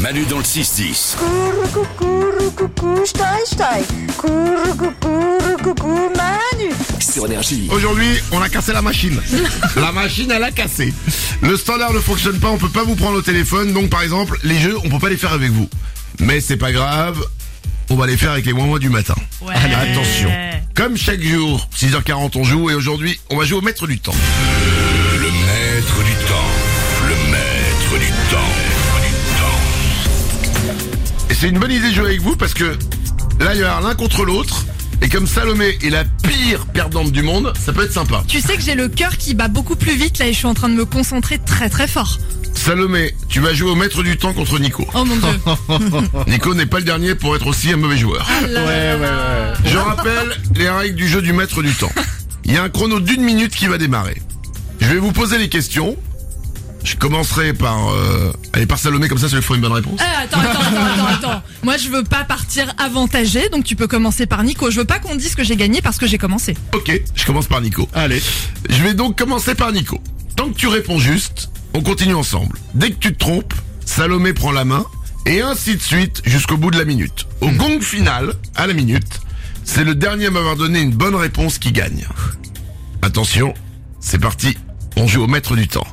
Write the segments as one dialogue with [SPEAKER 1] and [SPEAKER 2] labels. [SPEAKER 1] Manu dans le 6-10.
[SPEAKER 2] Coucou, coucou, coucou, je stoi. Coucou, coucou, coucou, Manu.
[SPEAKER 3] Sur Énergie.
[SPEAKER 4] Aujourd'hui, on a cassé la machine. la machine, elle a cassé. Le standard ne fonctionne pas, on peut pas vous prendre au téléphone. Donc, par exemple, les jeux, on peut pas les faire avec vous. Mais c'est pas grave, on va les faire avec les moins du matin.
[SPEAKER 5] Ouais.
[SPEAKER 4] Allez, attention. Comme chaque jour, 6h40, on joue. Et aujourd'hui, on va jouer au maître du temps.
[SPEAKER 1] Le maître du temps. Le maître du temps.
[SPEAKER 4] Et c'est une bonne idée de jouer avec vous parce que là, il va y avoir l'un contre l'autre. Et comme Salomé est la pire perdante du monde, ça peut être sympa.
[SPEAKER 5] Tu sais que j'ai le cœur qui bat beaucoup plus vite là et je suis en train de me concentrer très très fort.
[SPEAKER 4] Salomé, tu vas jouer au maître du temps contre Nico.
[SPEAKER 5] Oh mon dieu.
[SPEAKER 4] Nico n'est pas le dernier pour être aussi un mauvais joueur.
[SPEAKER 5] ouais, ouais, ouais.
[SPEAKER 4] Je rappelle les règles du jeu du maître du temps. Il y a un chrono d'une minute qui va démarrer. Je vais vous poser les questions. Je commencerai par... Euh... Allez, par Salomé, comme ça, ça lui fera une bonne réponse.
[SPEAKER 5] Eh, attends, attends, attends, attends, attends. Moi je veux pas partir avantagé donc tu peux commencer par Nico. Je veux pas qu'on dise que j'ai gagné parce que j'ai commencé.
[SPEAKER 4] Ok, je commence par Nico.
[SPEAKER 6] Allez.
[SPEAKER 4] Je vais donc commencer par Nico. Tant que tu réponds juste, on continue ensemble. Dès que tu te trompes, Salomé prend la main, et ainsi de suite jusqu'au bout de la minute. Au
[SPEAKER 6] Hmm.
[SPEAKER 4] gong final, à la minute, c'est le dernier à m'avoir donné une bonne réponse qui gagne. Attention, c'est parti, on joue au maître du temps.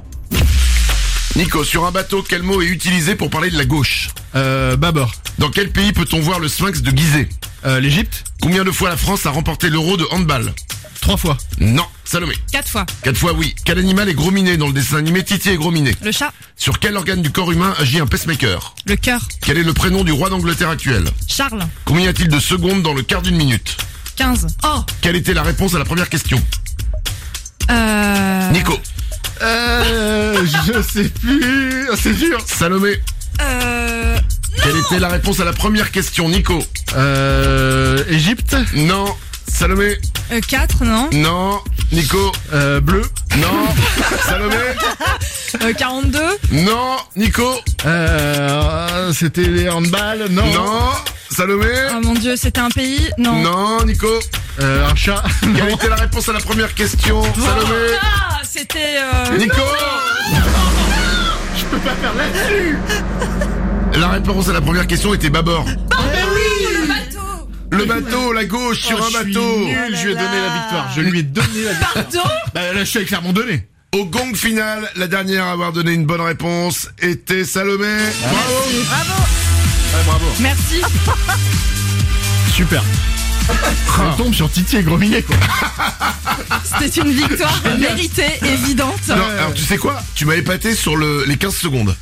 [SPEAKER 4] Nico, sur un bateau, quel mot est utilisé pour parler de la gauche
[SPEAKER 6] Euh, Babor.
[SPEAKER 4] Dans quel pays peut-on voir le sphinx de Gizeh
[SPEAKER 6] Euh, l'Egypte
[SPEAKER 4] Combien de fois la France a remporté l'euro de handball
[SPEAKER 6] Trois fois.
[SPEAKER 4] Non, Salomé.
[SPEAKER 5] Quatre fois.
[SPEAKER 4] Quatre fois oui. Quel animal est grominé dans le dessin animé Titi est grominé
[SPEAKER 5] Le chat,
[SPEAKER 4] Sur quel organe du corps humain agit un pacemaker
[SPEAKER 5] le cœur,
[SPEAKER 4] Quel est le prénom du roi d'Angleterre actuel
[SPEAKER 5] Charles,
[SPEAKER 4] Combien y a-t-il de secondes dans le quart d'une minute
[SPEAKER 5] 15. Oh
[SPEAKER 4] Quelle était la réponse à la première question
[SPEAKER 5] Euh.
[SPEAKER 4] Nico,
[SPEAKER 6] Euh, je sais plus. Ah, C'est dur.
[SPEAKER 4] Salomé,
[SPEAKER 5] Euh.
[SPEAKER 4] quelle était la réponse à la première question Nico
[SPEAKER 6] Euh, Égypte
[SPEAKER 4] Non. Salomé,
[SPEAKER 5] euh, 4, non
[SPEAKER 4] non. Nico,
[SPEAKER 6] Euh, bleu.
[SPEAKER 4] non. Salomé,
[SPEAKER 5] euh, 42
[SPEAKER 4] non. Nico,
[SPEAKER 6] Euh, c'était les handball. Non.
[SPEAKER 4] non. Salomé,
[SPEAKER 5] Oh mon dieu, c'était un pays Non.
[SPEAKER 4] non. Nico,
[SPEAKER 6] Euh, un chat. Non.
[SPEAKER 4] quelle était la réponse à la première question Salomé,
[SPEAKER 5] Ah, c'était. euh,
[SPEAKER 4] Nico Je peux pas faire là-dessus La réponse à la première question était bâbord.
[SPEAKER 5] le bateau
[SPEAKER 4] Le bateau, la gauche, sur
[SPEAKER 6] Oh,
[SPEAKER 4] un
[SPEAKER 6] je suis
[SPEAKER 4] bateau.
[SPEAKER 6] nul, je lui ai donné la victoire. Je lui ai donné la victoire.
[SPEAKER 5] Pardon
[SPEAKER 6] Bah, là, je suis clairement donné.
[SPEAKER 4] Au gong final, la dernière à avoir donné une bonne réponse était Salomé. Bravo
[SPEAKER 6] Ah,
[SPEAKER 5] Merci.
[SPEAKER 6] Super. On tombe sur Titi et Grominet, quoi.
[SPEAKER 5] C'était une victoire méritée, évidente.
[SPEAKER 4] Non, alors tu sais quoi Tu m'as épaté sur le, les 15 secondes.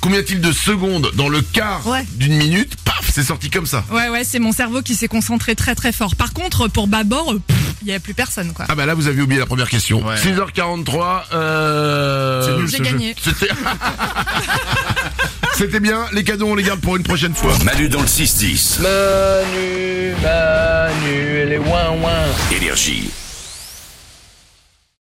[SPEAKER 4] Combien y-a-t-il de secondes dans le quart
[SPEAKER 5] Ouais.
[SPEAKER 4] d'une minute Paf, c'est sorti comme ça.
[SPEAKER 5] Ouais, ouais, c'est mon cerveau qui s'est concentré très très fort. Par contre, pour Babor, euh, pff, il y a plus personne, quoi.
[SPEAKER 4] Ah bah là, vous avez oublié la première question.
[SPEAKER 6] Ouais.
[SPEAKER 4] 6h43, euh...
[SPEAKER 5] J'ai gagné.
[SPEAKER 4] C'était... C'était bien, les cadeaux on les garde pour une prochaine fois.
[SPEAKER 1] Manu dans le 6-10.
[SPEAKER 7] Manu, Manu, les ouin ouin.
[SPEAKER 1] Énergie.